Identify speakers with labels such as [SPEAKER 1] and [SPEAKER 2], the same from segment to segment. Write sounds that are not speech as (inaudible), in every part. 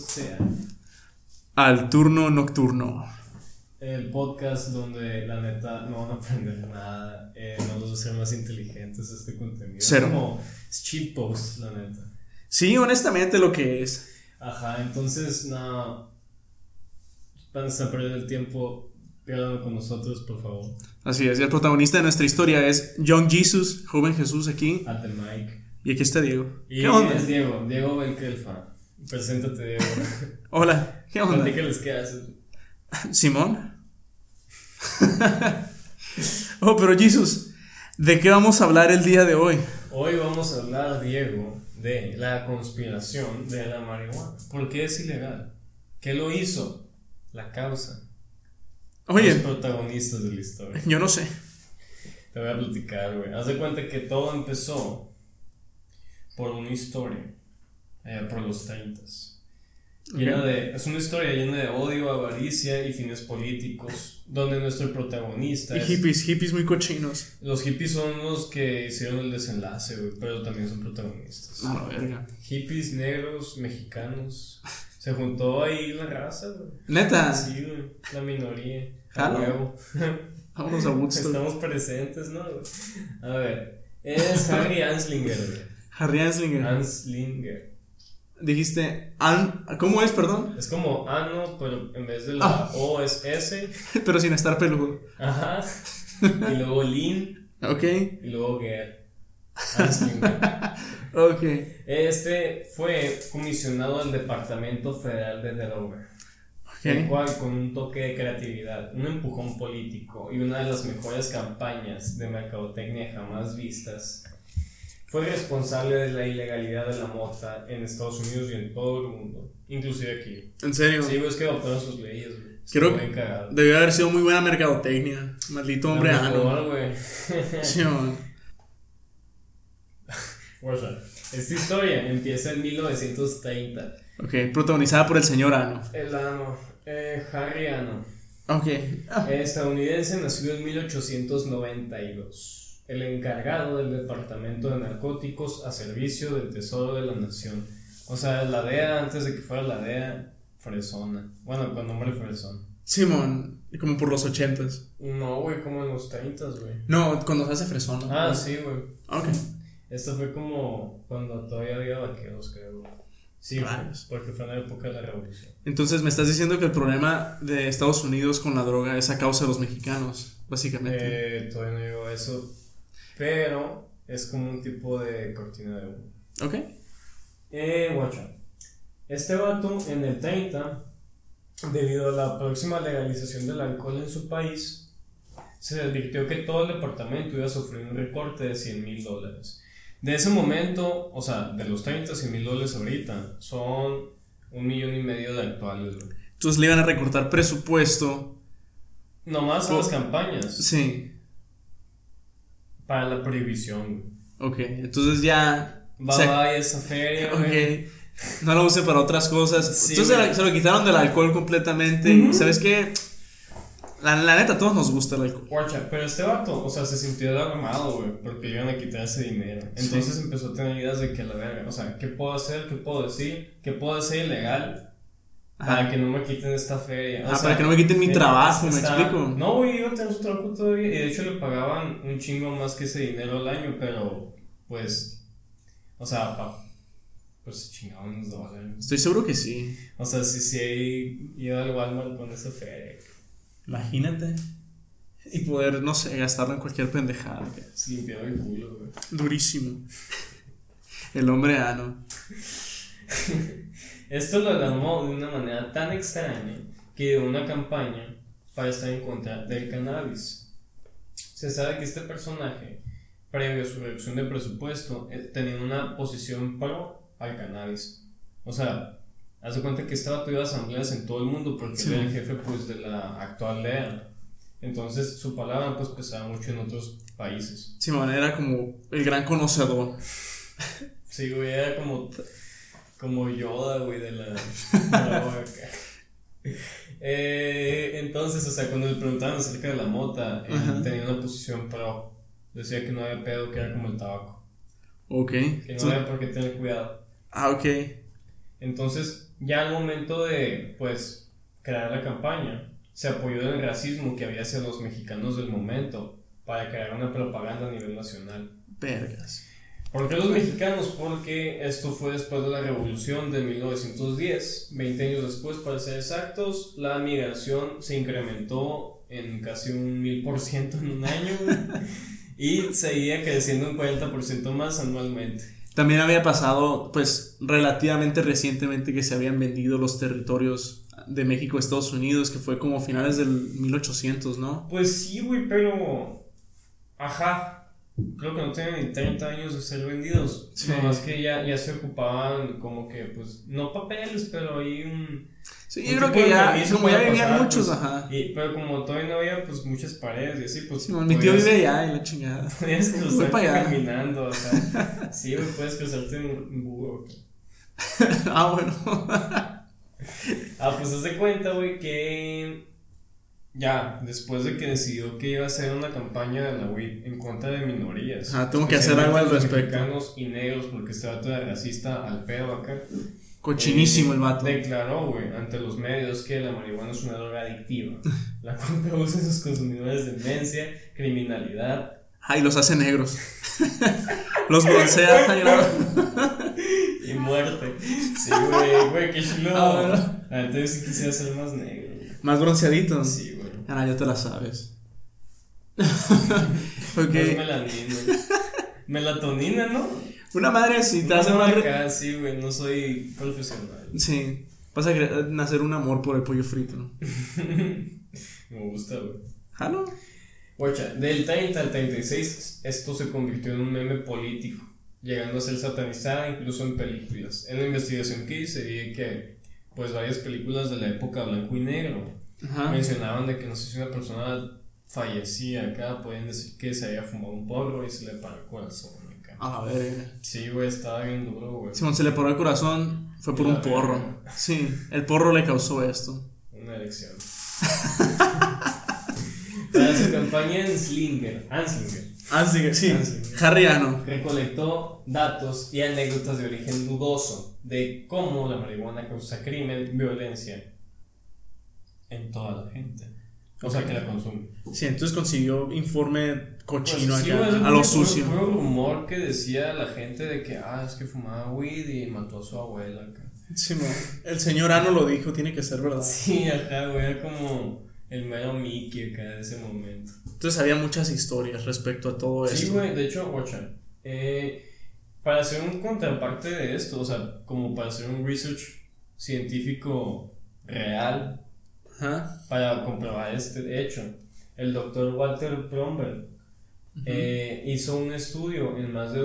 [SPEAKER 1] sea.
[SPEAKER 2] Al turno nocturno.
[SPEAKER 1] El podcast donde la neta no van a aprender nada, eh, no los va a hacer más inteligentes este contenido.
[SPEAKER 2] Cero.
[SPEAKER 1] Es como es cheat post, la neta.
[SPEAKER 2] Sí, honestamente lo que es.
[SPEAKER 1] Ajá, entonces, no. Van a perder el tiempo, pierdan con nosotros, por favor.
[SPEAKER 2] Así es, y el protagonista de nuestra historia es Young Jesus, joven Jesús aquí.
[SPEAKER 1] At the mic.
[SPEAKER 2] Y aquí está Diego.
[SPEAKER 1] Y
[SPEAKER 2] ¿Qué onda?
[SPEAKER 1] es Diego, Diego Belkelfa. Preséntate, Diego.
[SPEAKER 2] Hola, ¿qué onda?
[SPEAKER 1] Platícales qué haces.
[SPEAKER 2] ¿Simón? (laughs) oh, pero Jesus, ¿de qué vamos a hablar el día de hoy?
[SPEAKER 1] Hoy vamos a hablar, Diego, de la conspiración de la marihuana. ¿Por qué es ilegal? ¿Qué lo hizo? La causa. Los
[SPEAKER 2] Oye,
[SPEAKER 1] protagonistas de la historia.
[SPEAKER 2] yo no sé.
[SPEAKER 1] Te voy a platicar, güey. Haz de cuenta que todo empezó por una historia. Allá por los 30. Llena
[SPEAKER 2] Ok.
[SPEAKER 1] de, es una historia llena de odio, avaricia y fines políticos. Donde nuestro protagonista.
[SPEAKER 2] Y
[SPEAKER 1] es-
[SPEAKER 2] hippies, hippies muy cochinos.
[SPEAKER 1] los hippies son los que hicieron el desenlace, güey. Pero también son protagonistas.
[SPEAKER 2] A la verga.
[SPEAKER 1] Hippies, negros, mexicanos. Se juntó ahí la raza, güey.
[SPEAKER 2] Neta,
[SPEAKER 1] Sí, güey. La minoría. A
[SPEAKER 2] Jalo.
[SPEAKER 1] huevo.
[SPEAKER 2] vámonos a Woodstock.
[SPEAKER 1] Estamos presentes, ¿no? güey? A ver. Es Harry Anslinger, güey.
[SPEAKER 2] Harry
[SPEAKER 1] Ah.
[SPEAKER 2] Anslinger.
[SPEAKER 1] Anslinger.
[SPEAKER 2] Dijiste, An- ¿cómo es, perdón? (laughs)
[SPEAKER 1] Es como ano, pero en vez de la O es S.
[SPEAKER 2] Pero sin estar peludo.
[SPEAKER 1] Ajá. Y luego Lin.
[SPEAKER 2] Ok,
[SPEAKER 1] Y luego Ger. Anslinger.
[SPEAKER 2] ok.
[SPEAKER 1] Este fue comisionado al Departamento Federal de Delaware. El
[SPEAKER 2] Ok.
[SPEAKER 1] cual, con un toque de creatividad, un empujón político y una de las mejores campañas de mercadotecnia jamás vistas, fue responsable de la ilegalidad de la mota en Estados Unidos y en todo el mundo, inclusive aquí.
[SPEAKER 2] En serio,
[SPEAKER 1] Sí, güey, es que adoptaron sus leyes, güey.
[SPEAKER 2] Creo
[SPEAKER 1] Estuvo
[SPEAKER 2] que-
[SPEAKER 1] bien cagado.
[SPEAKER 2] debió haber sido muy buena mercadotecnia. Maldito hombre
[SPEAKER 1] La
[SPEAKER 2] ano.
[SPEAKER 1] mejor, güey. (laughs)
[SPEAKER 2] Sí, man.
[SPEAKER 1] Guarda. Esta historia empieza en 1930.
[SPEAKER 2] ok, protagonizada por el señor ano.
[SPEAKER 1] El ano, eh, Harry Ano.
[SPEAKER 2] Ok. Ah,
[SPEAKER 1] Estadounidense nacido en 1892, el encargado del Departamento de Narcóticos a servicio del Tesoro de la Nación. O sea, la DEA, antes de que fuera la DEA, Fresona. Bueno, con nombre Fresona.
[SPEAKER 2] Simón, como por los ochentas.
[SPEAKER 1] No, güey, como en los 30, güey.
[SPEAKER 2] No, cuando se hace fresón. ¿no?
[SPEAKER 1] Ah, sí, güey.
[SPEAKER 2] Ok.
[SPEAKER 1] Esto fue como cuando todavía había vaqueros, creo. Sí, güey,
[SPEAKER 2] Rayos.
[SPEAKER 1] porque fue en la época de la revolución.
[SPEAKER 2] Entonces me estás diciendo que el problema de Estados Unidos con la droga es a causa de los mexicanos, básicamente.
[SPEAKER 1] Eh, todavía no llegó a eso. Pero es como un tipo de cortina de humo.
[SPEAKER 2] ok.
[SPEAKER 1] Eh, guacha. Este vato en el 30, debido a la próxima legalización del alcohol en su país, se advirtió que todo el departamento iba a sufrir un recorte de 100 mil dólares. De ese momento, o sea, de los 30 a 100 mil dólares ahorita, son un millón y medio de actuales. güey.
[SPEAKER 2] Entonces le iban a recortar presupuesto.
[SPEAKER 1] Nomás a las campañas
[SPEAKER 2] Sí.
[SPEAKER 1] para la prohibición. güey.
[SPEAKER 2] Ok. Entonces ya.
[SPEAKER 1] Bye
[SPEAKER 2] se-
[SPEAKER 1] bye esa feria. güey.
[SPEAKER 2] Ok. No lo use para otras cosas.
[SPEAKER 1] Sí,
[SPEAKER 2] Entonces se
[SPEAKER 1] güey.
[SPEAKER 2] lo, se lo quitaron del alcohol completamente. ¿Sabes qué? La, la neta, a todos nos gusta el alcohol.
[SPEAKER 1] Guacha, pero este vato, o sea, se sintió alarmado, güey, porque le iban a quitar ese dinero. Entonces empezó a tener ideas de que la verga, o sea, ¿qué puedo hacer? ¿Qué puedo decir? ¿Qué puedo hacer ilegal para
[SPEAKER 2] Ajá.
[SPEAKER 1] que no me quiten esta feria? O
[SPEAKER 2] Ah,
[SPEAKER 1] sea,
[SPEAKER 2] para que no me quiten mi
[SPEAKER 1] eh,
[SPEAKER 2] trabajo, ¿me
[SPEAKER 1] está-
[SPEAKER 2] explico?
[SPEAKER 1] No, güey, iba a tener su trabajo todavía. Y de hecho le pagaban un chingo más que ese dinero al año, pero pues, o sea, pa- pues chingaban unos dólares.
[SPEAKER 2] Estoy seguro que sí.
[SPEAKER 1] O sea, sí, sí, ahí iba al Walmart con esa feria.
[SPEAKER 2] Imagínate. Y poder, no sé, gastarlo en cualquier pendejada.
[SPEAKER 1] Se limpiaba el culo, güey.
[SPEAKER 2] Durísimo. El hombre ano.
[SPEAKER 1] Esto lo alarmó de una manera tan extraña que dio una campaña para estar en contra del cannabis. Se sabe que este personaje, previo a su reducción de presupuesto, eh, tenía una posición pro al cannabis. O sea, hace cuenta que estaba vato iba a asambleas en todo el mundo porque
[SPEAKER 2] Sí.
[SPEAKER 1] era el jefe pues, de la actual DEA. Entonces su palabra pues, pesaba mucho en otros países.
[SPEAKER 2] Simón era como el gran conocedor.
[SPEAKER 1] Sí, güey, era como, como Yoda, güey, de la, de la boca. (laughs) Eh, entonces, o sea, cuando le preguntaban acerca de la mota, él
[SPEAKER 2] Ajá.
[SPEAKER 1] tenía una posición pro. Decía que no había pedo, que era como el tabaco.
[SPEAKER 2] Ok.
[SPEAKER 1] Que no
[SPEAKER 2] Tú-
[SPEAKER 1] había por qué tener cuidado.
[SPEAKER 2] ah, ok.
[SPEAKER 1] Entonces, Ya al momento de, pues, crear la campaña, se apoyó en el racismo que había hacia los mexicanos del momento para crear una propaganda a nivel nacional.
[SPEAKER 2] Vergas.
[SPEAKER 1] ¿Por qué los mexicanos? Porque esto fue después de la revolución de 1910, 20 años después para ser exactos, la migración se incrementó en casi un 1000% en un año güey, y seguía creciendo un 40% más anualmente.
[SPEAKER 2] También había pasado, pues, relativamente recientemente que se habían vendido los territorios de México a Estados Unidos, que fue como finales del 1800, ¿no?
[SPEAKER 1] Pues sí, güey, pero... Ajá. Creo que no tienen ni 30 años de ser vendidos.
[SPEAKER 2] Sí.
[SPEAKER 1] Nada más que ya, ya se ocupaban como que, pues, no papeles, pero ahí un...
[SPEAKER 2] Sí,
[SPEAKER 1] un
[SPEAKER 2] yo creo
[SPEAKER 1] tipo
[SPEAKER 2] que
[SPEAKER 1] de
[SPEAKER 2] ya,
[SPEAKER 1] permiso
[SPEAKER 2] como ya
[SPEAKER 1] para
[SPEAKER 2] vivían
[SPEAKER 1] pasar,
[SPEAKER 2] muchos,
[SPEAKER 1] pues,
[SPEAKER 2] ajá.
[SPEAKER 1] Y, pero como todavía no había, pues, muchas paredes y así, pues...
[SPEAKER 2] Sí, mi tío
[SPEAKER 1] podías-
[SPEAKER 2] vive allá y la chingada.
[SPEAKER 1] (laughs)
[SPEAKER 2] (laughs)
[SPEAKER 1] Podías cruzarte
[SPEAKER 2] para allá.
[SPEAKER 1] caminando, o
[SPEAKER 2] (laughs)
[SPEAKER 1] sea... sí, güey, puedes cruzarte en un burro.
[SPEAKER 2] ah, bueno.
[SPEAKER 1] Ah, pues haz de cuenta, güey, que ya, después de que decidió que iba a hacer una campaña de la UIT en contra de minorías.
[SPEAKER 2] Ah, tengo que hacer algo al
[SPEAKER 1] especialmente los
[SPEAKER 2] respecto.
[SPEAKER 1] Mexicanos y negros, porque se trata de racista al pedo acá.
[SPEAKER 2] Cochinísimo el vato.
[SPEAKER 1] Declaró, güey, ante los medios que la marihuana es una droga adictiva, la cual (laughs) produce en sus consumidores demencia, criminalidad
[SPEAKER 2] Ay, los hace negros. (laughs) los broncea, ay, la-
[SPEAKER 1] y muerte. Sí, güey, güey, qué chulo.
[SPEAKER 2] Ah,
[SPEAKER 1] Antes sí quisiera ser más negro. güey.
[SPEAKER 2] Más bronceaditos.
[SPEAKER 1] Sí, güey.
[SPEAKER 2] Ah, ya te la sabes. (laughs)
[SPEAKER 1] Más
[SPEAKER 2] ok.
[SPEAKER 1] melanina. Melatonina, ¿no?
[SPEAKER 2] Una madre si
[SPEAKER 1] No,
[SPEAKER 2] te hace
[SPEAKER 1] no,
[SPEAKER 2] más. re-
[SPEAKER 1] acá, sí, güey, no soy profesional. (laughs)
[SPEAKER 2] Sí. Vas a cre- nacer un amor por el pollo frito, ¿no?
[SPEAKER 1] Me gusta, güey.
[SPEAKER 2] ¿Jalo?
[SPEAKER 1] Guacha, del 30 al 36 esto se convirtió en un meme político, llegando a ser satanizada incluso en películas. En la investigación que hice vi que pues varias películas de la época blanco y negro
[SPEAKER 2] Ajá.
[SPEAKER 1] mencionaban de que no sé si una persona fallecía acá, podían decir que se había fumado un porro y se le paró el corazón acá.
[SPEAKER 2] A la verga.
[SPEAKER 1] Sí, güey, estaba bien duro, güey.
[SPEAKER 2] Simón se le paró el corazón, fue por
[SPEAKER 1] Y la
[SPEAKER 2] un porro.
[SPEAKER 1] verga.
[SPEAKER 2] Sí, el porro le causó esto.
[SPEAKER 1] Una (laughs) elección. Para su campaña en Slinger, Anslinger,
[SPEAKER 2] Anslinger, Ah, sí.
[SPEAKER 1] Anslinger.
[SPEAKER 2] Harriano.
[SPEAKER 1] recolectó datos y anécdotas de origen dudoso de cómo la marihuana causa crimen, violencia en toda la gente. O sea, que la consume.
[SPEAKER 2] Sí, entonces consiguió informe cochino
[SPEAKER 1] Pues sí,
[SPEAKER 2] acá,
[SPEAKER 1] güey,
[SPEAKER 2] a
[SPEAKER 1] fue-
[SPEAKER 2] lo sucio.
[SPEAKER 1] Fue un rumor que decía la gente de que, ah, es que fumaba weed y mató a su abuela. acá.
[SPEAKER 2] Simón, el señor Ano lo dijo, tiene que ser verdad.
[SPEAKER 1] Sí, ajá, güey, era como el mero Mickey acá de ese momento.
[SPEAKER 2] Entonces había muchas historias respecto a todo
[SPEAKER 1] Sí,
[SPEAKER 2] esto.
[SPEAKER 1] güey, de hecho, ocha. eh, para hacer un contraparte de esto, o sea, como para hacer un research científico real,
[SPEAKER 2] Ajá.
[SPEAKER 1] para comprobar este hecho, el doctor Walter Plumber eh, hizo un estudio en más de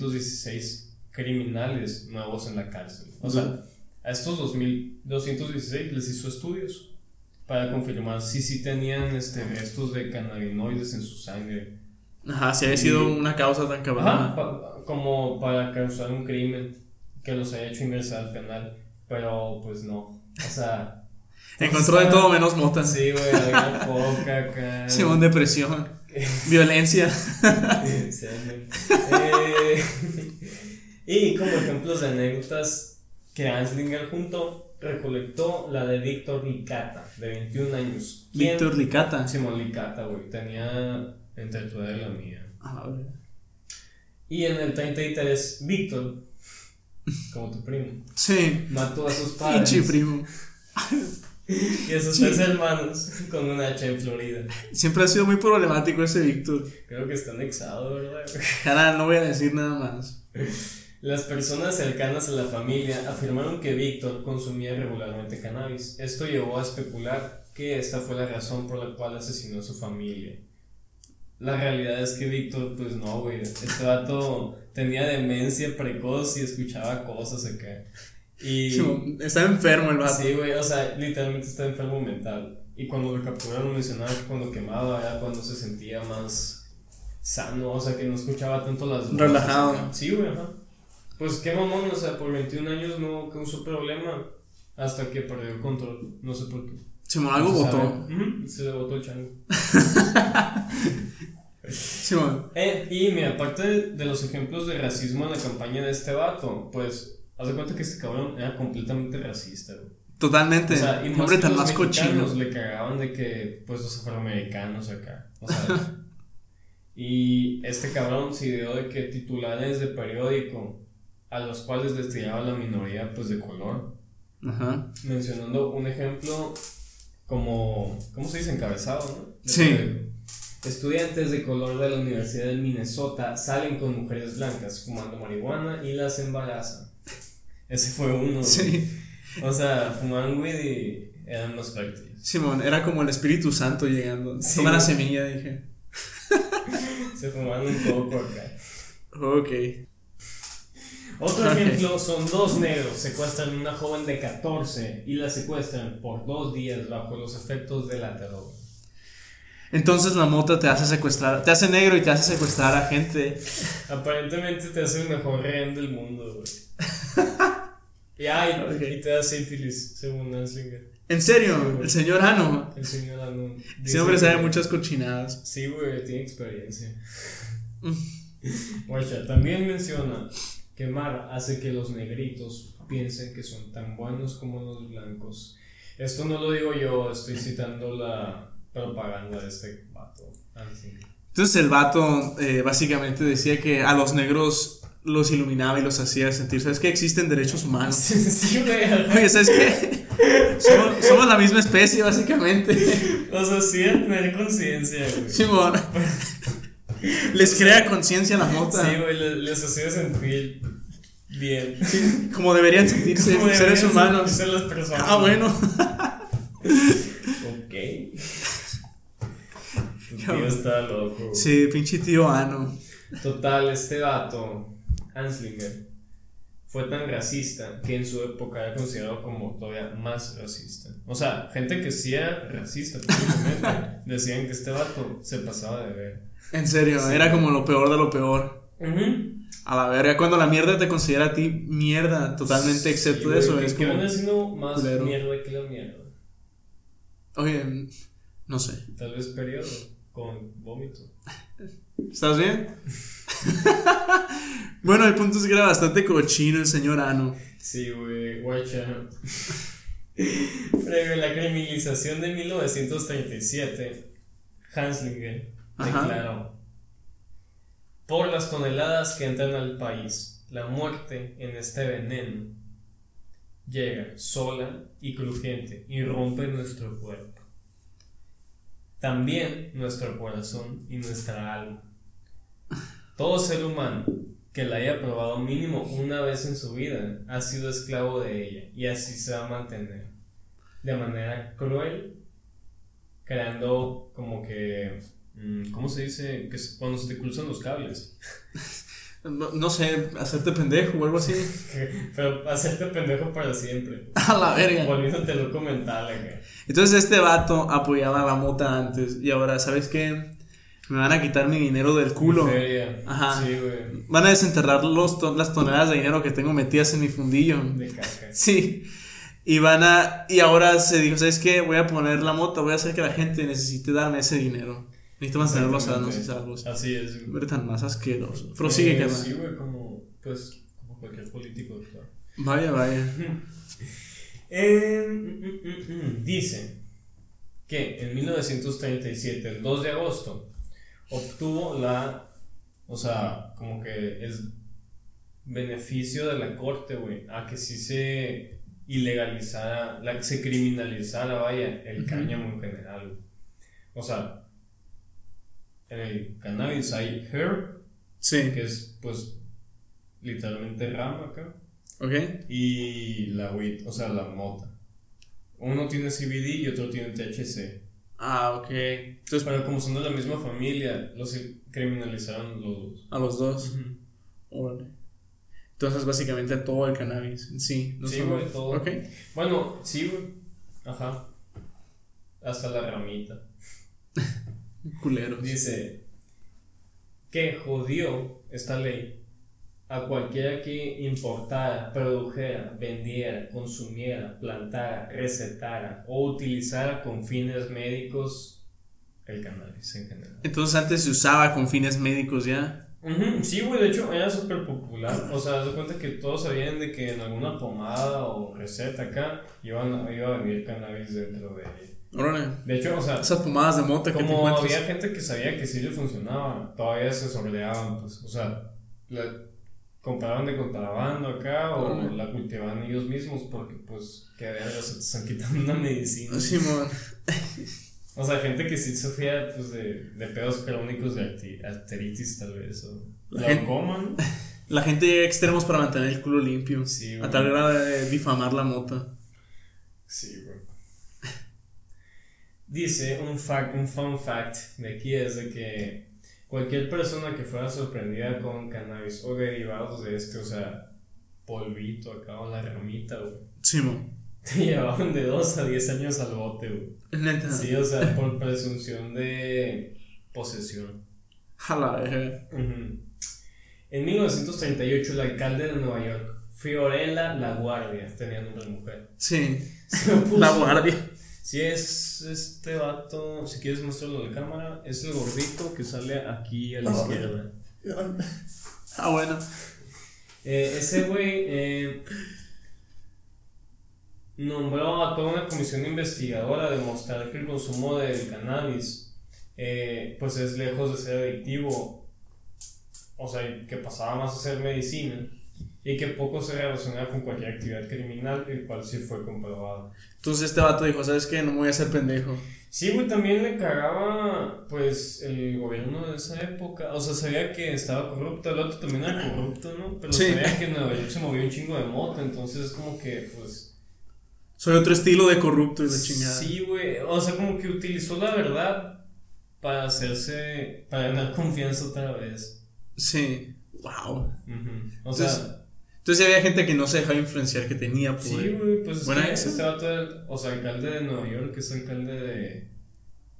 [SPEAKER 1] 2.216 criminales nuevos en la cárcel. O
[SPEAKER 2] Ujú.
[SPEAKER 1] sea, a estos 2.216 les hizo estudios para confirmar si sí tenían este, restos de cannabinoides en su sangre.
[SPEAKER 2] Ajá, si había
[SPEAKER 1] Y-
[SPEAKER 2] sido una causa tan
[SPEAKER 1] Ajá,
[SPEAKER 2] cabrona.
[SPEAKER 1] pa- como para causar un crimen que los haya hecho ingresar al penal, pero pues no. O sea,
[SPEAKER 2] Encontró de todo menos motas.
[SPEAKER 1] sí, güey, había poca acá.
[SPEAKER 2] Simón, (laughs) depresión, violencia.
[SPEAKER 1] Sí, güey. Eh, y como ejemplos de anécdotas que Anslinger juntó, recolectó la de Víctor Licata, de 21 años. ¿Quién?
[SPEAKER 2] Víctor Licata.
[SPEAKER 1] Simón Licata, güey, tenía entre tu edad y la mía.
[SPEAKER 2] A ver.
[SPEAKER 1] Y en el 33, Víctor, como tu primo.
[SPEAKER 2] Sí,
[SPEAKER 1] mató a sus padres
[SPEAKER 2] pinche primo.
[SPEAKER 1] y a sus tres hermanos con un hacha en Florida.
[SPEAKER 2] Siempre ha sido muy problemático ese Víctor.
[SPEAKER 1] Creo que está anexado, ¿verdad?
[SPEAKER 2] Cara, no voy a decir nada más.
[SPEAKER 1] Las personas cercanas a la familia afirmaron que Víctor consumía regularmente cannabis. Esto llevó a especular que esta fue la razón por la cual asesinó a su familia. La realidad es que Víctor, pues no, güey. Este vato tenía demencia precoz y escuchaba cosas acá. Y.
[SPEAKER 2] Simón, está enfermo el vato.
[SPEAKER 1] Sí, güey, o sea, literalmente está enfermo mental. Y cuando lo capturaron mencionaban que cuando quemaba era cuando se sentía más sano, o sea, que no escuchaba tanto las voces.
[SPEAKER 2] Relajado.
[SPEAKER 1] Sí, güey, ajá. Pues qué mamón, o sea, por 21 años no causó problema hasta que perdió el control, no sé por qué.
[SPEAKER 2] Simón, algo
[SPEAKER 1] No se sabe.
[SPEAKER 2] votó.
[SPEAKER 1] Ujú, Se le botó el chango.
[SPEAKER 2] Simón,
[SPEAKER 1] Eh, y mira, aparte de, de los ejemplos de racismo en la campaña de este vato, pues Haz de cuenta que este cabrón era completamente racista, güey.
[SPEAKER 2] Totalmente.
[SPEAKER 1] O sea, y
[SPEAKER 2] Qué
[SPEAKER 1] más
[SPEAKER 2] hombre
[SPEAKER 1] que
[SPEAKER 2] tan
[SPEAKER 1] los
[SPEAKER 2] más cochino.
[SPEAKER 1] mexicanos le cagaban de que, pues, los afroamericanos acá. O
[SPEAKER 2] (laughs)
[SPEAKER 1] sea, y este cabrón se ideó de que titulares de periódico a los cuales destinaba la minoría, pues, de color.
[SPEAKER 2] Ajá.
[SPEAKER 1] Mencionando un ejemplo como, ¿cómo se dice? Encabezado, ¿no? De
[SPEAKER 2] Sí.
[SPEAKER 1] periódico. Estudiantes de color de la Universidad de Minnesota salen con mujeres blancas fumando marihuana y las embarazan. Ese fue uno. güey.
[SPEAKER 2] Sí.
[SPEAKER 1] O sea, fumaban weed y eran los prácticos.
[SPEAKER 2] Simón, era como el Espíritu Santo llegando.
[SPEAKER 1] Sí.
[SPEAKER 2] Toma la semilla, dije.
[SPEAKER 1] Se fumaban un poco acá.
[SPEAKER 2] Ok.
[SPEAKER 1] Otro
[SPEAKER 2] Ok.
[SPEAKER 1] ejemplo son dos negros secuestran a una joven de 14 y la secuestran por dos días bajo los efectos de la droga.
[SPEAKER 2] Entonces la mota te hace secuestrar, te hace negro y te hace secuestrar a gente.
[SPEAKER 1] Aparentemente te hace el mejor rehén del mundo,
[SPEAKER 2] (laughs)
[SPEAKER 1] güey. y, ay,
[SPEAKER 2] Ok.
[SPEAKER 1] y te da sífilis, según Anslinger.
[SPEAKER 2] En serio, el señor Ano.
[SPEAKER 1] El señor Anon.
[SPEAKER 2] Ese hombre sabe muchas cochinadas.
[SPEAKER 1] Sí, güey, tiene
[SPEAKER 2] (laughs)
[SPEAKER 1] experiencia. Guacha, también menciona que Mar hace que los negritos piensen que son tan buenos como los blancos. Esto no lo digo yo, estoy citando la propaganda de este vato.
[SPEAKER 2] (laughs)
[SPEAKER 1] Así.
[SPEAKER 2] Entonces el vato eh, básicamente decía que a los negros los iluminaba y los hacía sentir, ¿sabes qué? Existen derechos humanos.
[SPEAKER 1] Sí, güey.
[SPEAKER 2] Oye,
[SPEAKER 1] (laughs)
[SPEAKER 2] ¿sabes qué? Somos, somos la misma especie, básicamente.
[SPEAKER 1] O sea, sí, a tener conciencia, güey. Sí,
[SPEAKER 2] Simón. Les crea conciencia la mota.
[SPEAKER 1] güey, le- les hacía sentir bien.
[SPEAKER 2] Como deberían
[SPEAKER 1] (laughs)
[SPEAKER 2] sentirse
[SPEAKER 1] Como
[SPEAKER 2] seres
[SPEAKER 1] deberían
[SPEAKER 2] humanos.
[SPEAKER 1] sentirse las personas.
[SPEAKER 2] Ah, bueno.
[SPEAKER 1] Ok.
[SPEAKER 2] (laughs)
[SPEAKER 1] Tu tío está loco. güey.
[SPEAKER 2] Sí, pinche tío Ano.
[SPEAKER 1] Total, este vato, Anslinger, fue tan racista que en su época era considerado como todavía más racista. O sea, gente que sí era racista, prácticamente, decían que este vato se pasaba de ver.
[SPEAKER 2] En serio, era como lo peor de lo peor. A la verga, cuando la mierda te considera a ti mierda, totalmente, excepto
[SPEAKER 1] de
[SPEAKER 2] eso.
[SPEAKER 1] Que,
[SPEAKER 2] Es
[SPEAKER 1] que
[SPEAKER 2] como,
[SPEAKER 1] van haciendo más
[SPEAKER 2] culero.
[SPEAKER 1] mierda que la mierda.
[SPEAKER 2] oye, no sé.
[SPEAKER 1] Tal vez periodo con vómito.
[SPEAKER 2] ¿Estás bien? (laughs) bueno, el punto es que era bastante cochino el señor Ano.
[SPEAKER 1] Sí, güey, guacha. (laughs) Previo a la criminalización de 1937, Hanslinger
[SPEAKER 2] Ajá.
[SPEAKER 1] declaró: Por las toneladas que entran al país, la muerte en este veneno llega sola y crujiente y rompe nuestro cuerpo. También nuestro corazón y nuestra alma. Todo ser humano que la haya probado mínimo una vez en su vida ha sido esclavo de ella y así se va a mantener de manera cruel creando como que mm, ¿cómo se dice? que es cuando se te cruzan los cables (laughs)
[SPEAKER 2] No, no sé, hacerte pendejo o algo así.
[SPEAKER 1] pero hacerte pendejo para siempre
[SPEAKER 2] (laughs) A la verga.
[SPEAKER 1] volviéndote eh, loco mental acá.
[SPEAKER 2] Entonces este vato apoyaba a la mota antes y ahora, ¿sabes qué? Me van a quitar mi dinero del culo.
[SPEAKER 1] Feria.
[SPEAKER 2] Ajá.
[SPEAKER 1] sí güey
[SPEAKER 2] Van a desenterrar los ton- las toneladas de dinero que tengo metidas en mi fundillo.
[SPEAKER 1] de caca
[SPEAKER 2] Sí. Y van a. Y ahora se dijo, ¿sabes qué? Voy a poner la mota, voy a hacer que la gente necesite darme ese dinero. Necesito mantenerlos sanos y salvos.
[SPEAKER 1] así es güey.
[SPEAKER 2] Hombre tan más asqueroso. Prosigue,
[SPEAKER 1] Eh,
[SPEAKER 2] carnal.
[SPEAKER 1] sí güey como pues como cualquier político claro.
[SPEAKER 2] Vaya, vaya.
[SPEAKER 1] Eh, mm, mm, mm, mm. dice que en 1937, el 2 de agosto, obtuvo la, o sea, como que es beneficio de la corte, güey, a que sí se ilegalizara, la, se criminalizara, vaya, el
[SPEAKER 2] Ujú.
[SPEAKER 1] cáñamo en general. güey. O sea, en el cannabis hay herb,
[SPEAKER 2] Sí.
[SPEAKER 1] que es pues literalmente rama acá
[SPEAKER 2] ¿Ok?
[SPEAKER 1] y la weed, o sea, la mota. Uno tiene CBD y otro tiene THC.
[SPEAKER 2] Ah, ok. Entonces,
[SPEAKER 1] Pero como son de la misma familia, los criminalizaron los dos.
[SPEAKER 2] a los dos. Órale. Entonces, básicamente todo el cannabis. en Sí.
[SPEAKER 1] Sí,
[SPEAKER 2] solo-
[SPEAKER 1] güey, todo.
[SPEAKER 2] Ok.
[SPEAKER 1] Bueno, sí, güey. Ajá. Hasta la ramita.
[SPEAKER 2] Culeros.
[SPEAKER 1] Dice que jodió esta ley a cualquiera que importara, produjera, vendiera, consumiera, plantara, recetara o utilizara con fines médicos el cannabis en general.
[SPEAKER 2] Entonces, antes se usaba con fines médicos ya.
[SPEAKER 1] Ujú, Sí, güey, de hecho era súper popular. O sea, se cuenta que todos sabían de que en alguna pomada o receta acá iban, iba a venir cannabis dentro de
[SPEAKER 2] Órale.
[SPEAKER 1] De hecho, o sea,
[SPEAKER 2] Esas pomadas de mota que te
[SPEAKER 1] como
[SPEAKER 2] encuentras. Ah,
[SPEAKER 1] había gente que sabía que sí le funcionaba, todavía se sordeaban, pues. O sea, la compraban de contrabando acá o
[SPEAKER 2] Órale.
[SPEAKER 1] la cultivaban ellos mismos porque, pues, que verga, se te están quitando una medicina.
[SPEAKER 2] Simón.
[SPEAKER 1] O sea, gente que sí sufría pues, de, de pedos crónicos, de arti- arteritis tal vez, o
[SPEAKER 2] La gente-
[SPEAKER 1] glaucoma, ¿no?
[SPEAKER 2] La gente llega a extremos para mantener el culo limpio.
[SPEAKER 1] Sí,
[SPEAKER 2] a
[SPEAKER 1] güey.
[SPEAKER 2] tal grado de difamar la mota.
[SPEAKER 1] Sí, güey. Dice un, fact, un fun fact de aquí es de que cualquier persona que fuera sorprendida con cannabis o derivados de este, o sea, polvito acá o la ramita, güey, (laughs)
[SPEAKER 2] Simón.
[SPEAKER 1] te llevaban de 2 a 10 años al bote, güey.
[SPEAKER 2] Neta.
[SPEAKER 1] Sí, o sea, por presunción de posesión.
[SPEAKER 2] A la verga.
[SPEAKER 1] Ujú. En 1938, el alcalde de Nueva York, Fiorella La Guardia, tenía nombre de mujer. (laughs)
[SPEAKER 2] Sí.
[SPEAKER 1] Se lo puso.
[SPEAKER 2] La guardia.
[SPEAKER 1] (laughs) Si es este vato, si quieres mostrarlo a la cámara, es el gordito que sale aquí a la
[SPEAKER 2] Ah,
[SPEAKER 1] izquierda.
[SPEAKER 2] Ah, bueno.
[SPEAKER 1] Eh, ese güey eh, nombró a toda una comisión investigadora a demostrar que el consumo del cannabis eh, pues es lejos de ser adictivo, o sea, que pasaba más a ser medicina y que poco se relacionaba con cualquier actividad criminal, el cual sí fue comprobado.
[SPEAKER 2] Entonces este vato dijo, ¿sabes qué? No me voy a hacer pendejo.
[SPEAKER 1] Sí, güey, también le cagaba, pues, el gobierno de esa época. O sea, sabía que estaba corrupto, el otro también era corrupto, ¿no? Pero
[SPEAKER 2] Sí.
[SPEAKER 1] sabía que en Nueva York se movía un chingo de moto, entonces, como que, pues.
[SPEAKER 2] Soy otro estilo de corrupto y de chingada.
[SPEAKER 1] Sí, güey. O sea, como que utilizó la verdad para hacerse. para ganar confianza otra vez.
[SPEAKER 2] Sí. Wow.
[SPEAKER 1] Ujú. O sea,
[SPEAKER 2] Entonces, Entonces había gente que no se dejaba influenciar, que tenía
[SPEAKER 1] sí,
[SPEAKER 2] poder.
[SPEAKER 1] güey, pues este-
[SPEAKER 2] Buena
[SPEAKER 1] este,
[SPEAKER 2] esa.
[SPEAKER 1] vato era- o sea, alcalde de Nueva York, es alcalde de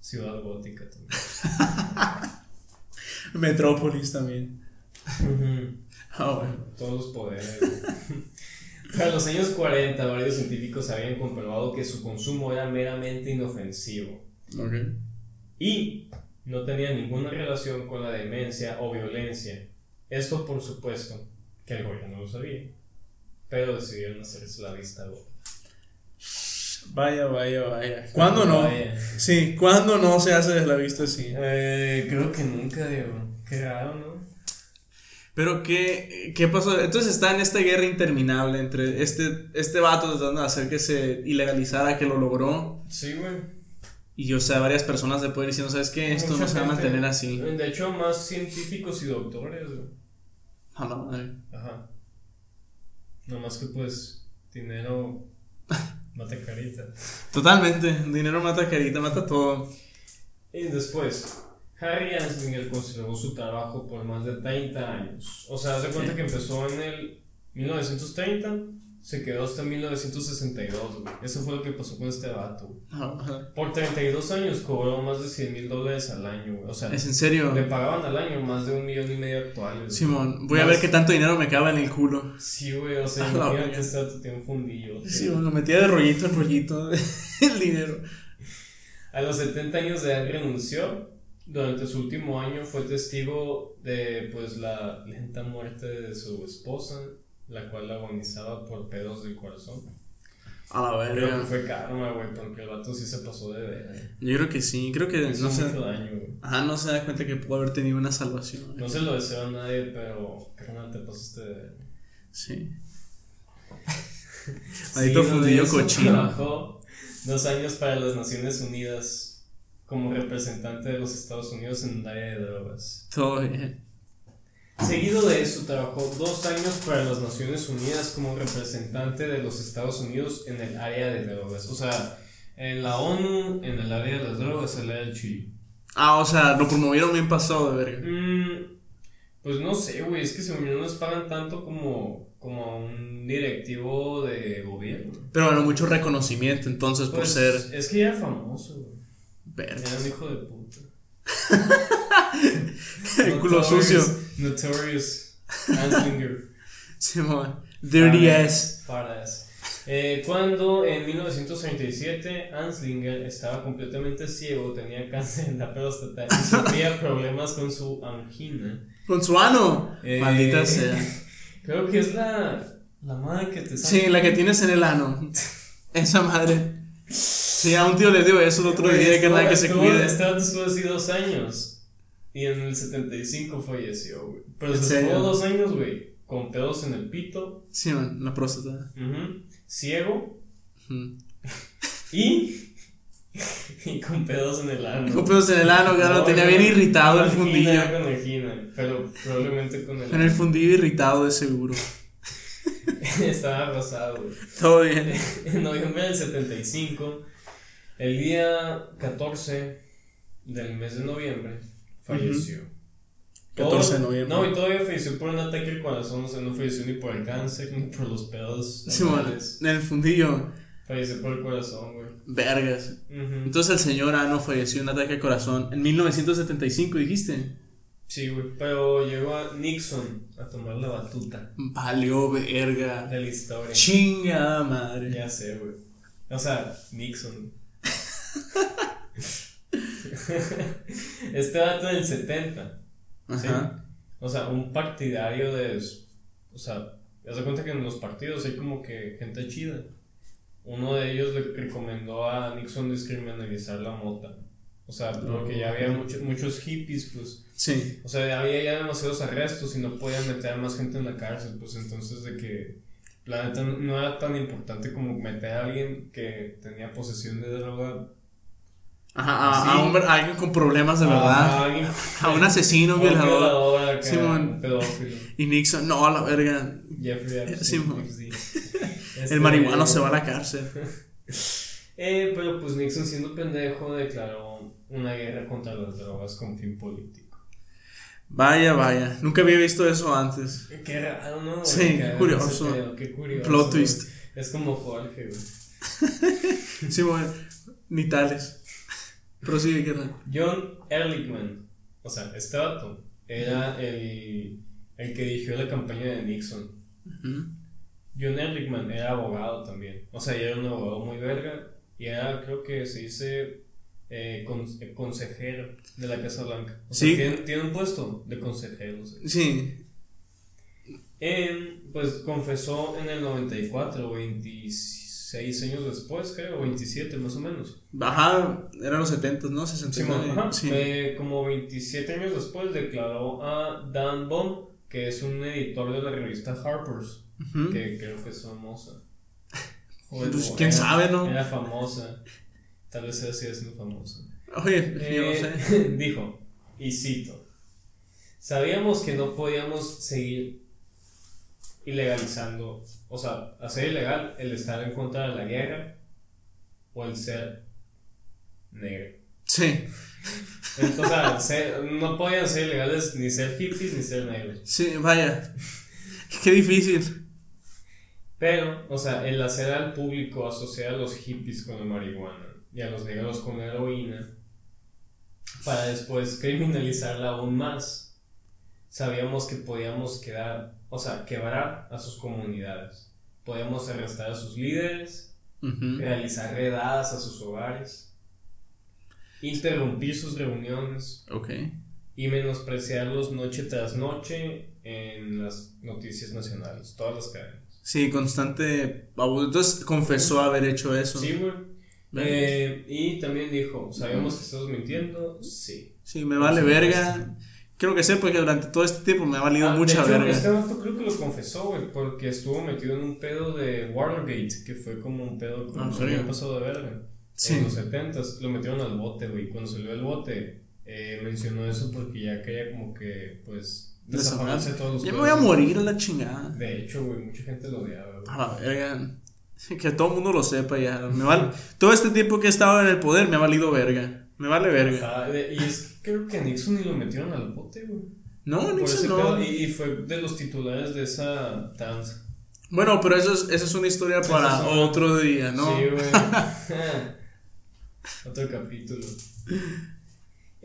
[SPEAKER 1] Ciudad Gótica también.
[SPEAKER 2] (laughs) Metrópolis también.
[SPEAKER 1] Ujú.
[SPEAKER 2] Ah, bueno.
[SPEAKER 1] Todos los poderes. (laughs) Para los años 40, varios científicos habían comprobado que su consumo era meramente inofensivo
[SPEAKER 2] Ok.
[SPEAKER 1] y no tenía ninguna relación con la demencia o violencia. Esto, por supuesto, que el gobierno lo sabía, pero decidieron hacerse la vista gorda.
[SPEAKER 2] Vaya, vaya, vaya. ¿Cuándo no?
[SPEAKER 1] Vaya.
[SPEAKER 2] Sí, ¿cuándo no se hace de la vista así?
[SPEAKER 1] Eh, creo que nunca, Diego. Qué raro, ¿no?
[SPEAKER 2] Pero qué, qué pasó? Entonces está en esta guerra interminable entre este, este vato tratando de hacer que se ilegalizara, que lo logró.
[SPEAKER 1] Sí, güey.
[SPEAKER 2] Y o sea, varias personas de poder diciendo, ¿sabes qué? Esto
[SPEAKER 1] Mucha
[SPEAKER 2] no se va a
[SPEAKER 1] gente-
[SPEAKER 2] mantener así.
[SPEAKER 1] De hecho, más científicos y doctores, güey.
[SPEAKER 2] A la Ah, madre.
[SPEAKER 1] Ajá. Nomás que pues
[SPEAKER 2] (laughs)
[SPEAKER 1] dinero mata carita.
[SPEAKER 2] Totalmente. Dinero mata carita, mata todo.
[SPEAKER 1] Y después, Harry Anslinger conservó su trabajo por más de 30 años. O sea, haz de cuenta que empezó en el 1930, se quedó hasta 1962. güey. Eso fue lo que pasó con este vato. güey.
[SPEAKER 2] Ajá.
[SPEAKER 1] Por 32 años cobró más de 100 mil dólares al año. güey. O sea,
[SPEAKER 2] Es en serio.
[SPEAKER 1] le pagaban al año más de un millón y medio actuales. güey.
[SPEAKER 2] Simón, voy a ver qué tanto dinero me cabe en el culo.
[SPEAKER 1] Sí, güey, o sea,
[SPEAKER 2] (laughs) A la
[SPEAKER 1] imagínate,
[SPEAKER 2] verga.
[SPEAKER 1] este vato tiene un fundillo.
[SPEAKER 2] Sí, bueno, metía de rollito en rollito (laughs) el dinero.
[SPEAKER 1] A los 70 años de edad renunció. Durante su último año fue testigo de pues la lenta muerte de su esposa, la cual agonizaba por pedos del corazón.
[SPEAKER 2] A la
[SPEAKER 1] Creo que
[SPEAKER 2] verga.
[SPEAKER 1] fue karma, güey, porque el vato sí se pasó de ver.
[SPEAKER 2] Yo creo que sí, creo que
[SPEAKER 1] Hizo
[SPEAKER 2] no
[SPEAKER 1] mucho
[SPEAKER 2] se,
[SPEAKER 1] daño, güey.
[SPEAKER 2] ajá, no se da cuenta que pudo haber tenido una salvación.
[SPEAKER 1] No se lo deseo a nadie, pero carnal, te pasaste de ver.
[SPEAKER 2] Sí. Maldito
[SPEAKER 1] Sí,
[SPEAKER 2] fundillo
[SPEAKER 1] donde hizo-
[SPEAKER 2] cochino.
[SPEAKER 1] Trabajó dos años para las Naciones Unidas como representante de los Estados Unidos en el área de drogas.
[SPEAKER 2] Todo bien.
[SPEAKER 1] Seguido de eso, trabajó dos años para las Naciones Unidas como representante de los Estados Unidos en el área de drogas. O sea, en la ONU, en el área de las drogas, el área del Chile.
[SPEAKER 2] Ah, o sea, lo promovieron bien pasado de verga.
[SPEAKER 1] Mm, pues no sé, güey, es que según yo no les pagan tanto como, como a un directivo de gobierno.
[SPEAKER 2] Pero bueno, mucho reconocimiento entonces por
[SPEAKER 1] Pues,
[SPEAKER 2] ser
[SPEAKER 1] Es que era famoso, güey.
[SPEAKER 2] verga. (laughs)
[SPEAKER 1] Era un hijo de puta.
[SPEAKER 2] El culo sucio.
[SPEAKER 1] Notorious. Anslinger.
[SPEAKER 2] Simón. Dirty
[SPEAKER 1] Fat
[SPEAKER 2] ass.
[SPEAKER 1] Fat ass. Eh, cuando en 1937 Anslinger estaba completamente ciego, tenía cáncer en la próstata y
[SPEAKER 2] (laughs)
[SPEAKER 1] sufría problemas con su angina.
[SPEAKER 2] Con su ano.
[SPEAKER 1] Eh,
[SPEAKER 2] Maldita sea.
[SPEAKER 1] Creo que es la, la madre que te
[SPEAKER 2] Sí, la que tienes en el ano. Esa madre. Sí, a un tío le digo eso el otro día, que nada que se cuide.
[SPEAKER 1] Este vato estuvo así dos años y en el 75 falleció, güey. Pero
[SPEAKER 2] ¿En
[SPEAKER 1] se estuvo
[SPEAKER 2] serio?
[SPEAKER 1] dos años, güey, con pedos en el pito,
[SPEAKER 2] Sí, man, la próstata.
[SPEAKER 1] ujú, ciego
[SPEAKER 2] Ujú.
[SPEAKER 1] y... (laughs) Y con pedos en el ano.
[SPEAKER 2] Con pedos en el ano, claro,
[SPEAKER 1] No,
[SPEAKER 2] tenía
[SPEAKER 1] yo
[SPEAKER 2] bien
[SPEAKER 1] con-
[SPEAKER 2] irritado el
[SPEAKER 1] con
[SPEAKER 2] fundillo.
[SPEAKER 1] angina, con angina, pero probablemente con
[SPEAKER 2] En
[SPEAKER 1] el.
[SPEAKER 2] el fundillo irritado de seguro.
[SPEAKER 1] (laughs) Estaba rosado. güey.
[SPEAKER 2] (laughs) Todo bien.
[SPEAKER 1] En noviembre del 75, el día 14 del mes de noviembre, falleció.
[SPEAKER 2] 14 de noviembre.
[SPEAKER 1] No, y todavía falleció por un ataque al corazón, o sea, no falleció ni por el cáncer, ni por los pedos.
[SPEAKER 2] Sí, man,
[SPEAKER 1] anales.
[SPEAKER 2] en el fundillo.
[SPEAKER 1] falleció por el corazón, güey.
[SPEAKER 2] Vergas.
[SPEAKER 1] Ujú.
[SPEAKER 2] Entonces el señor Ano falleció de un ataque al corazón en 1975, dijiste.
[SPEAKER 1] Sí, güey, pero llegó a Nixon a tomar la batuta
[SPEAKER 2] Valió verga.
[SPEAKER 1] de la historia.
[SPEAKER 2] Chingada madre.
[SPEAKER 1] Ya sé, güey. O sea, Nixon. este dato del 70. ¿sí?
[SPEAKER 2] Ajá.
[SPEAKER 1] O sea, un partidario de. O sea, haz de cuenta que en los partidos hay como que gente chida. Uno de ellos le recomendó a Nixon descriminalizar la mota. O sea, porque ya había mucho- muchos hippies, pues.
[SPEAKER 2] Sí.
[SPEAKER 1] O sea, había ya demasiados arrestos y no podían meter a más gente en la cárcel, pues entonces de que la neta no- no era tan importante como meter a alguien que tenía posesión de droga.
[SPEAKER 2] Ajá, a,
[SPEAKER 1] Sí.
[SPEAKER 2] a un- a alguien con problemas de verdad.
[SPEAKER 1] A alguien
[SPEAKER 2] (laughs) A un asesino, violador.
[SPEAKER 1] acá,
[SPEAKER 2] Simón.
[SPEAKER 1] pedófilo.
[SPEAKER 2] Y Nixon, no, a la verga.
[SPEAKER 1] Jeffrey Epstein,
[SPEAKER 2] (laughs) Simón.
[SPEAKER 1] XD. Este,
[SPEAKER 2] El marihuano se va a la cárcel.
[SPEAKER 1] Eh, pero pues Nixon siendo pendejo declaró una guerra contra las drogas con fin político.
[SPEAKER 2] Vaya, vaya. Nunca había visto eso antes.
[SPEAKER 1] Qué raro, ¿no? güey?
[SPEAKER 2] Sí,
[SPEAKER 1] Que
[SPEAKER 2] qué curioso.
[SPEAKER 1] ese pedo, Qué curioso.
[SPEAKER 2] Plot
[SPEAKER 1] güey.
[SPEAKER 2] twist.
[SPEAKER 1] Es como Jorge, güey.
[SPEAKER 2] Sí, bueno, ni tales. Prosigue, carnal.
[SPEAKER 1] John Ehrlichman, o sea, este vato, era el, el que dirigió la campaña de Nixon.
[SPEAKER 2] Ujú.
[SPEAKER 1] John Ehrlichman era abogado también, o sea, y era un abogado muy verga y era, creo que se dice, eh, con- eh, consejero de la Casa Blanca. O sea,
[SPEAKER 2] Sí.
[SPEAKER 1] tiene, tiene un puesto de consejero. o sea.
[SPEAKER 2] Sí.
[SPEAKER 1] Em, pues confesó en el 94, 26 años después, creo, 27 más o menos.
[SPEAKER 2] Ajá, eran los 70, ¿no?
[SPEAKER 1] Simón,
[SPEAKER 2] 69.
[SPEAKER 1] ajá.
[SPEAKER 2] sí.
[SPEAKER 1] Eh, como 27 años después declaró a Dan Bond, que es un editor de la revista Harper's,
[SPEAKER 2] Ujú.
[SPEAKER 1] que creo que es famosa. Joder,
[SPEAKER 2] Mm. (laughs) Pues
[SPEAKER 1] o
[SPEAKER 2] quién
[SPEAKER 1] era-
[SPEAKER 2] sabe, ¿no?
[SPEAKER 1] Era famosa. Tal vez sea así siendo famosa.
[SPEAKER 2] Oye, yo no
[SPEAKER 1] Eh,
[SPEAKER 2] sé.
[SPEAKER 1] (laughs) Dijo, y cito, sabíamos que no podíamos seguir ilegalizando, o sea, hacer ilegal el estar en contra de la guerra o el ser negro.
[SPEAKER 2] Sí,
[SPEAKER 1] Entonces, o sea, ser- no podían ser ilegales ni ser hippies ni ser negros.
[SPEAKER 2] sí, vaya. (laughs) Qué difícil.
[SPEAKER 1] Pero, o sea, el hacer al público asociar a los hippies con la marihuana y a los negros con la heroína para después criminalizarla aún más, sabíamos que podíamos quedar, o sea, quebrar a sus comunidades. Podíamos arrestar a sus líderes,
[SPEAKER 2] Ujú.
[SPEAKER 1] realizar redadas a sus hogares, interrumpir sus reuniones,
[SPEAKER 2] Ok.
[SPEAKER 1] y menospreciarlos noche tras noche en las noticias nacionales, todas las cadenas.
[SPEAKER 2] Sí, constante abuso. Entonces confesó haber hecho eso.
[SPEAKER 1] Sí, güey.
[SPEAKER 2] Vergas.
[SPEAKER 1] Eh, y también dijo, ¿sabíamos que estamos mintiendo? Sí.
[SPEAKER 2] Sí, me vale
[SPEAKER 1] Sí,
[SPEAKER 2] verga. Creo que sé porque durante todo este tiempo me ha valido
[SPEAKER 1] Ah, de
[SPEAKER 2] mucha
[SPEAKER 1] hecho,
[SPEAKER 2] verga.
[SPEAKER 1] Este vato creo que lo confesó, güey, porque estuvo metido en un pedo de Watergate, que fue como un pedo que
[SPEAKER 2] Ah, ¿en
[SPEAKER 1] nos
[SPEAKER 2] serio?
[SPEAKER 1] había pasado de verga.
[SPEAKER 2] Sí.
[SPEAKER 1] En los 70 lo metieron al bote, güey. Cuando salió el bote, eh, mencionó eso porque ya quería como que, pues, desafanarse de todos los
[SPEAKER 2] Ya me
[SPEAKER 1] pedos.
[SPEAKER 2] voy a morir a la chingada.
[SPEAKER 1] De hecho, güey, mucha gente lo odiaba, güey.
[SPEAKER 2] A la verga. (laughs) Que todo el mundo lo sepa ya. Me vale... Todo este tiempo que he estado en el poder me ha valido verga. Me vale verga.
[SPEAKER 1] Ajá, de- y es que creo que a Nixon ni lo metieron al bote, güey.
[SPEAKER 2] No,
[SPEAKER 1] Por
[SPEAKER 2] Nixon
[SPEAKER 1] ese
[SPEAKER 2] no.
[SPEAKER 1] pedo, y, y fue de los titulares de esa danza.
[SPEAKER 2] Bueno, pero eso es, esa es una historia para
[SPEAKER 1] es una-
[SPEAKER 2] otro día, ¿no? (laughs)
[SPEAKER 1] Sí, güey. Otro capítulo.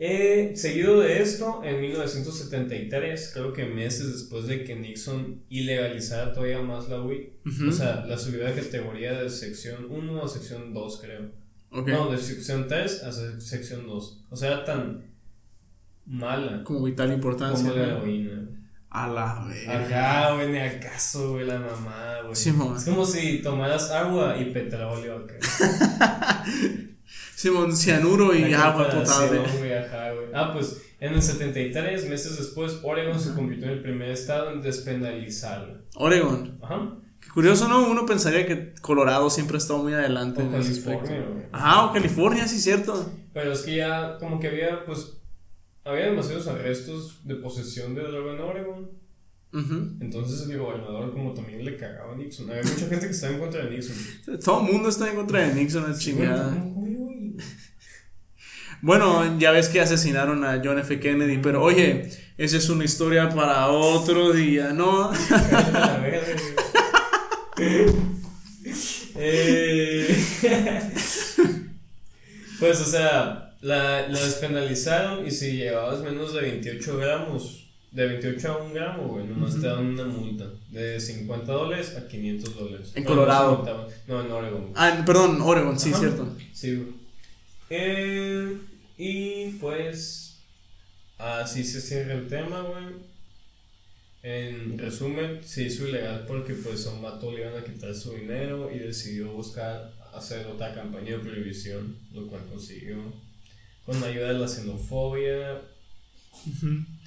[SPEAKER 1] Eh, seguido de esto, en 1973, creo que meses después de que Nixon ilegalizara todavía más la weed,
[SPEAKER 2] Ujú.
[SPEAKER 1] o sea, la subiera de categoría de sección 1 a sección 2, creo.
[SPEAKER 2] Ok.
[SPEAKER 1] No, de sección 3 a sec- sección 2. O sea, era tan mala
[SPEAKER 2] Como vital importancia.
[SPEAKER 1] como la
[SPEAKER 2] ¿no?
[SPEAKER 1] heroína.
[SPEAKER 2] A la verga.
[SPEAKER 1] Ajá, güey, ni al caso, güey, la mamá, güey.
[SPEAKER 2] Simón.
[SPEAKER 1] es como si tomaras agua y petróleo acá.
[SPEAKER 2] Simón, cianuro y
[SPEAKER 1] La
[SPEAKER 2] agua potable.
[SPEAKER 1] comparación, güey, ajá, güey. Ah, pues en el 73, meses después, Oregon se convirtió en el primer estado en despenalizarlo.
[SPEAKER 2] Oregon.
[SPEAKER 1] Ajá.
[SPEAKER 2] Qué curioso, ¿no? Uno pensaría que Colorado siempre ha estado muy adelante
[SPEAKER 1] O
[SPEAKER 2] en ese Ah, aspecto.
[SPEAKER 1] California, güey.
[SPEAKER 2] Ajá, o California, sí, cierto.
[SPEAKER 1] Pero es que ya, como que había, pues, había demasiados arrestos de posesión de droga en Oregon.
[SPEAKER 2] Ujú.
[SPEAKER 1] Entonces el gobernador, como también le cagaba a Nixon. Había mucha gente que estaba en contra de Nixon.
[SPEAKER 2] Todo el mundo está en contra de Nixon, la chingada.
[SPEAKER 1] Güey, ¿cómo, güey?
[SPEAKER 2] Bueno, ya ves que asesinaron a John F. Kennedy, pero oye, esa es una historia para otro día, ¿no?
[SPEAKER 1] Cállate la verga, güey. Eh, pues, o sea, la, la despenalizaron y si llevabas menos de 28 gramos, de 28 a 1 gramo, güey, nomás te dan una multa de 50 dólares a 500 dólares.
[SPEAKER 2] En
[SPEAKER 1] No,
[SPEAKER 2] Colorado.
[SPEAKER 1] No, se multaban. no, en Oregon. güey.
[SPEAKER 2] Ah, perdón, Oregon, sí,
[SPEAKER 1] Ajá.
[SPEAKER 2] cierto.
[SPEAKER 1] Sí, güey. Eh, y pues así se cierra el tema, güey. En resumen, se hizo ilegal porque pues a un vato le iban a quitar su dinero y decidió buscar hacer otra campaña de prohibición, lo cual consiguió. Con la ayuda de la xenofobia,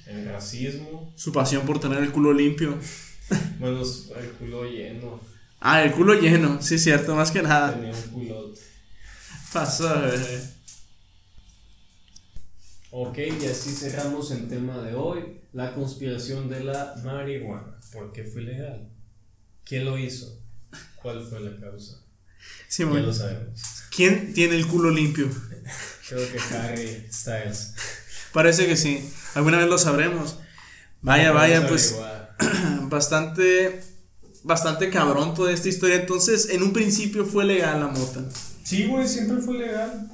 [SPEAKER 1] el racismo,
[SPEAKER 2] Su pasión por tener el culo limpio.
[SPEAKER 1] bueno, su- el culo lleno,
[SPEAKER 2] Ah, el culo lleno, sí, cierto, más que nada.
[SPEAKER 1] tenía un culote.
[SPEAKER 2] Pasó, eh.
[SPEAKER 1] Ok, y así cerramos el tema de hoy, la conspiración de la marihuana. ¿Por qué fue ilegal? ¿Quién lo hizo? ¿Cuál fue la causa?
[SPEAKER 2] Sí,
[SPEAKER 1] Ya
[SPEAKER 2] bueno.
[SPEAKER 1] lo sabemos.
[SPEAKER 2] ¿Quién tiene el culo limpio?
[SPEAKER 1] Creo que Harry Styles.
[SPEAKER 2] Parece que sí. Alguna vez lo sabremos. Vaya, vaya,
[SPEAKER 1] Vamos a
[SPEAKER 2] pues
[SPEAKER 1] averiguar.
[SPEAKER 2] bastante bastante cabrón toda esta historia. Entonces, en un principio fue legal la mota.
[SPEAKER 1] Sí, güey, siempre fue legal.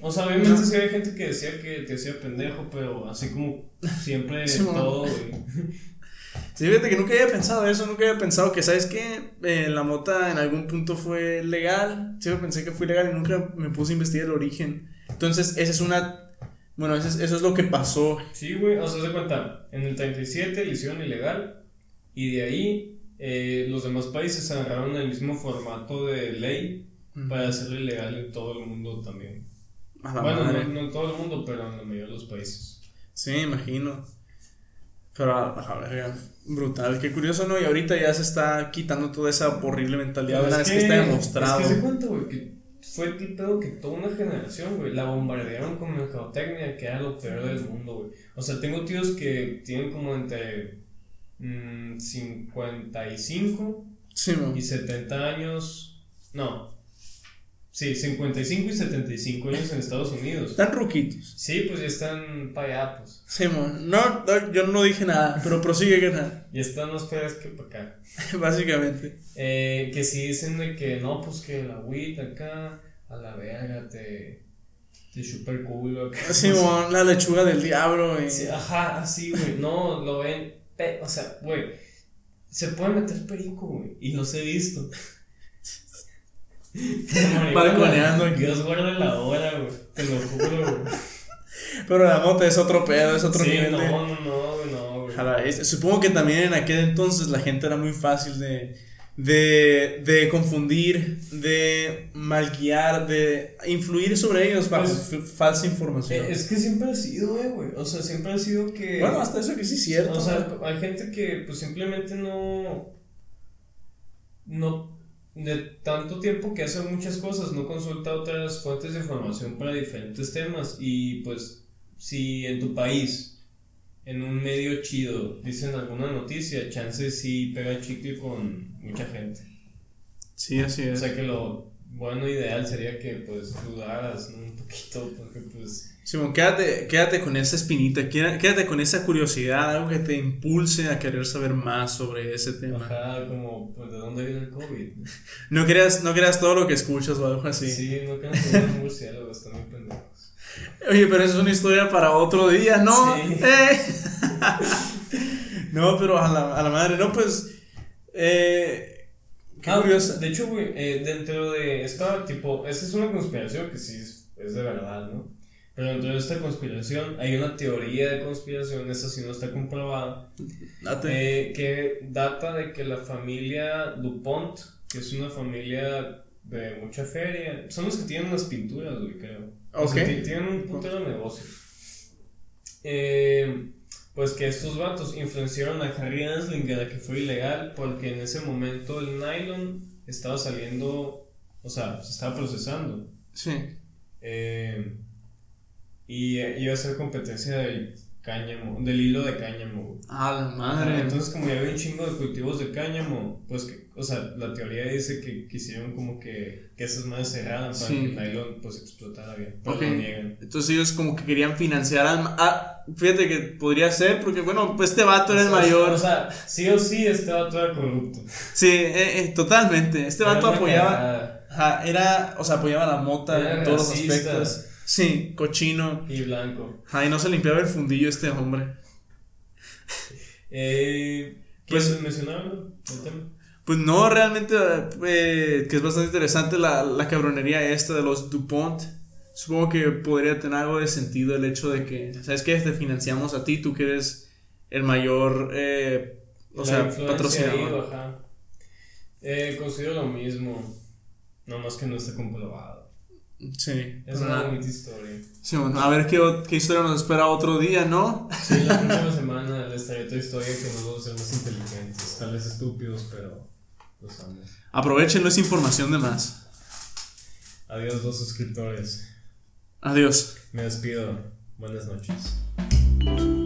[SPEAKER 1] O sea, obviamente sí había gente que decía que te hacía pendejo, pero así como siempre
[SPEAKER 2] (laughs) Sí, mamá.
[SPEAKER 1] todo, güey.
[SPEAKER 2] Sí, fíjate que nunca había pensado eso, nunca había pensado que, ¿sabes qué? Eh, la mota en algún punto fue legal, siempre pensé que fue legal y nunca me puse a investigar el origen. Entonces, esa es una... Bueno, eso es, eso es lo que pasó.
[SPEAKER 1] Sí, güey, o sea, se cuenta, en el 37 lo hicieron ilegal y de ahí eh, los demás países agarraron el mismo formato de ley para hacerlo ilegal en todo el mundo también.
[SPEAKER 2] A la
[SPEAKER 1] bueno,
[SPEAKER 2] madre.
[SPEAKER 1] no, no en todo el mundo, pero en la mayoría de los países.
[SPEAKER 2] Sí, me imagino. Pero a a la verga, brutal. Qué curioso, ¿no? Y ahorita ya se está quitando toda esa horrible mentalidad.
[SPEAKER 1] Pero
[SPEAKER 2] Una vez que, está demostrado.
[SPEAKER 1] Es que se cuenta, güey, que fue el pedo que toda una generación, güey, la bombardearon con mercadotecnia, que era lo peor del mundo, güey. O sea, tengo tíos que tienen como entre mm, 55
[SPEAKER 2] Sí, mo.
[SPEAKER 1] y 70 años. No. Sí, 55 y 75 años en Estados Unidos.
[SPEAKER 2] Están ruquitos.
[SPEAKER 1] Sí, pues ya están para allá, pues.
[SPEAKER 2] Sí, mo. No, no, yo no dije nada, pero prosigue que
[SPEAKER 1] (laughs)
[SPEAKER 2] nada.
[SPEAKER 1] Ya están más para allá que para acá.
[SPEAKER 2] Básicamente.
[SPEAKER 1] Eh, que si dicen de que no, pues que la agüita acá, a la verga, te. te chupa el culo acá. (laughs)
[SPEAKER 2] Sí, mo, Ah, la lechuga del diablo. Y...
[SPEAKER 1] Sí, ajá, así, güey. No, lo ven. pe- o sea, güey. Se puede meter perico, güey. Y los he visto.
[SPEAKER 2] (laughs) Balconeando.
[SPEAKER 1] Dios guarda la hora, güey. Te lo juro, güey.
[SPEAKER 2] Pero la mota es otro pedo, es otro
[SPEAKER 1] Sí,
[SPEAKER 2] nivel.
[SPEAKER 1] no,
[SPEAKER 2] de-
[SPEAKER 1] no, no, güey, no, güey.
[SPEAKER 2] A la vez, Supongo que también en aquel entonces la gente era muy fácil de, de, de confundir, de mal guiar, de influir sobre ellos bajo
[SPEAKER 1] Pues-
[SPEAKER 2] f- falsa información.
[SPEAKER 1] Eh, es que siempre ha sido, eh, güey. O sea, siempre ha sido que.
[SPEAKER 2] bueno, hasta eso que sí es cierto.
[SPEAKER 1] O sea, hay gente que, pues simplemente no. No. De tanto tiempo que hace muchas cosas, no consulta otras fuentes de información para diferentes temas. Y pues, si en tu país, en un medio chido, dicen alguna noticia, chance sí pega chicle con mucha gente.
[SPEAKER 2] sí, así
[SPEAKER 1] O
[SPEAKER 2] es.
[SPEAKER 1] sea que lo bueno ideal sería que pues dudaras ¿no? un poquito porque pues
[SPEAKER 2] Simón, quédate, quédate con esa espinita, quédate quédate con esa curiosidad, algo que te impulse a querer saber más sobre ese tema.
[SPEAKER 1] ajá, como pues, de dónde viene el COVID.
[SPEAKER 2] No creas, no creas todo lo que escuchas o algo así.
[SPEAKER 1] Sí, no quedan con un murciélago, están muy pendejos.
[SPEAKER 2] Oye, pero eso es una historia para otro día, ¿no?
[SPEAKER 1] Sí.
[SPEAKER 2] Eh. (laughs) no, pero a la, a la madre, no, pues. Eh, qué
[SPEAKER 1] Ah,
[SPEAKER 2] curioso.
[SPEAKER 1] De hecho, güey, eh, dentro de esta, tipo, esta es una conspiración que sí es, es de verdad, ¿no? Pero dentro de esta conspiración hay una teoría de conspiración, esa sí no está comprobada,
[SPEAKER 2] Date.
[SPEAKER 1] eh, que data de que la familia Dupont, que es una familia de mucha feria, son los que tienen las pinturas, güey, creo. O sea,
[SPEAKER 2] Ok.
[SPEAKER 1] ti- tienen un puntero negocio. Eh, pues que estos vatos influenciaron a Harry Anslinger a que fue ilegal porque en ese momento el nylon estaba saliendo, o sea, se estaba procesando.
[SPEAKER 2] Sí.
[SPEAKER 1] Eh, y eh, iba a ser competencia del cáñamo, del hilo de cáñamo.
[SPEAKER 2] A la
[SPEAKER 1] Ajá,
[SPEAKER 2] madre.
[SPEAKER 1] Entonces, como ya había un chingo de cultivos de cáñamo, pues, que, o sea, la teoría dice que quisieron como que, que esas madres cerraran para
[SPEAKER 2] Sí.
[SPEAKER 1] que el nylon pues explotara bien. Pero
[SPEAKER 2] Ok.
[SPEAKER 1] lo niegan.
[SPEAKER 2] Entonces ellos como que querían financiar al... ma- ah, fíjate que podría ser, porque bueno, pues este vato era el
[SPEAKER 1] O sea, O
[SPEAKER 2] mayor.
[SPEAKER 1] sea, sí o sí este vato era corrupto.
[SPEAKER 2] Sí, eh, eh, totalmente. Este
[SPEAKER 1] Era
[SPEAKER 2] vato
[SPEAKER 1] una
[SPEAKER 2] apoyaba...
[SPEAKER 1] cagada.
[SPEAKER 2] Ajá, era, o sea, apoyaba la mota
[SPEAKER 1] Era
[SPEAKER 2] en todos
[SPEAKER 1] racista.
[SPEAKER 2] los aspectos. Sí, cochino.
[SPEAKER 1] Y blanco.
[SPEAKER 2] Ay, no se limpiaba el fundillo este hombre.
[SPEAKER 1] Eh,
[SPEAKER 2] Pues-
[SPEAKER 1] ¿Quieres mencionar algo del tema?
[SPEAKER 2] Pues no, realmente, eh, que es bastante interesante la, la cabronería esta de los DuPont. Supongo que podría tener algo de sentido el hecho de que, ¿sabes qué? Te financiamos a ti, tú que eres el mayor, eh, o
[SPEAKER 1] La
[SPEAKER 2] sea,
[SPEAKER 1] influencia
[SPEAKER 2] patrocinador.
[SPEAKER 1] ahí, ajá. Eh, considero lo mismo. No más que no está comprobado.
[SPEAKER 2] Sí.
[SPEAKER 1] Es
[SPEAKER 2] Pero
[SPEAKER 1] una
[SPEAKER 2] nada.
[SPEAKER 1] bonita historia.
[SPEAKER 2] Sí, bueno, a ver qué, o- qué historia nos espera otro día, ¿no?
[SPEAKER 1] Sí, la próxima semana les traeré otra historia que nos va a hacer más inteligentes. Tal vez estúpidos, pero los amo.
[SPEAKER 2] Aprovechenlo, es información de más.
[SPEAKER 1] Adiós, dos suscriptores.
[SPEAKER 2] Adiós.
[SPEAKER 1] Me despido. Buenas noches.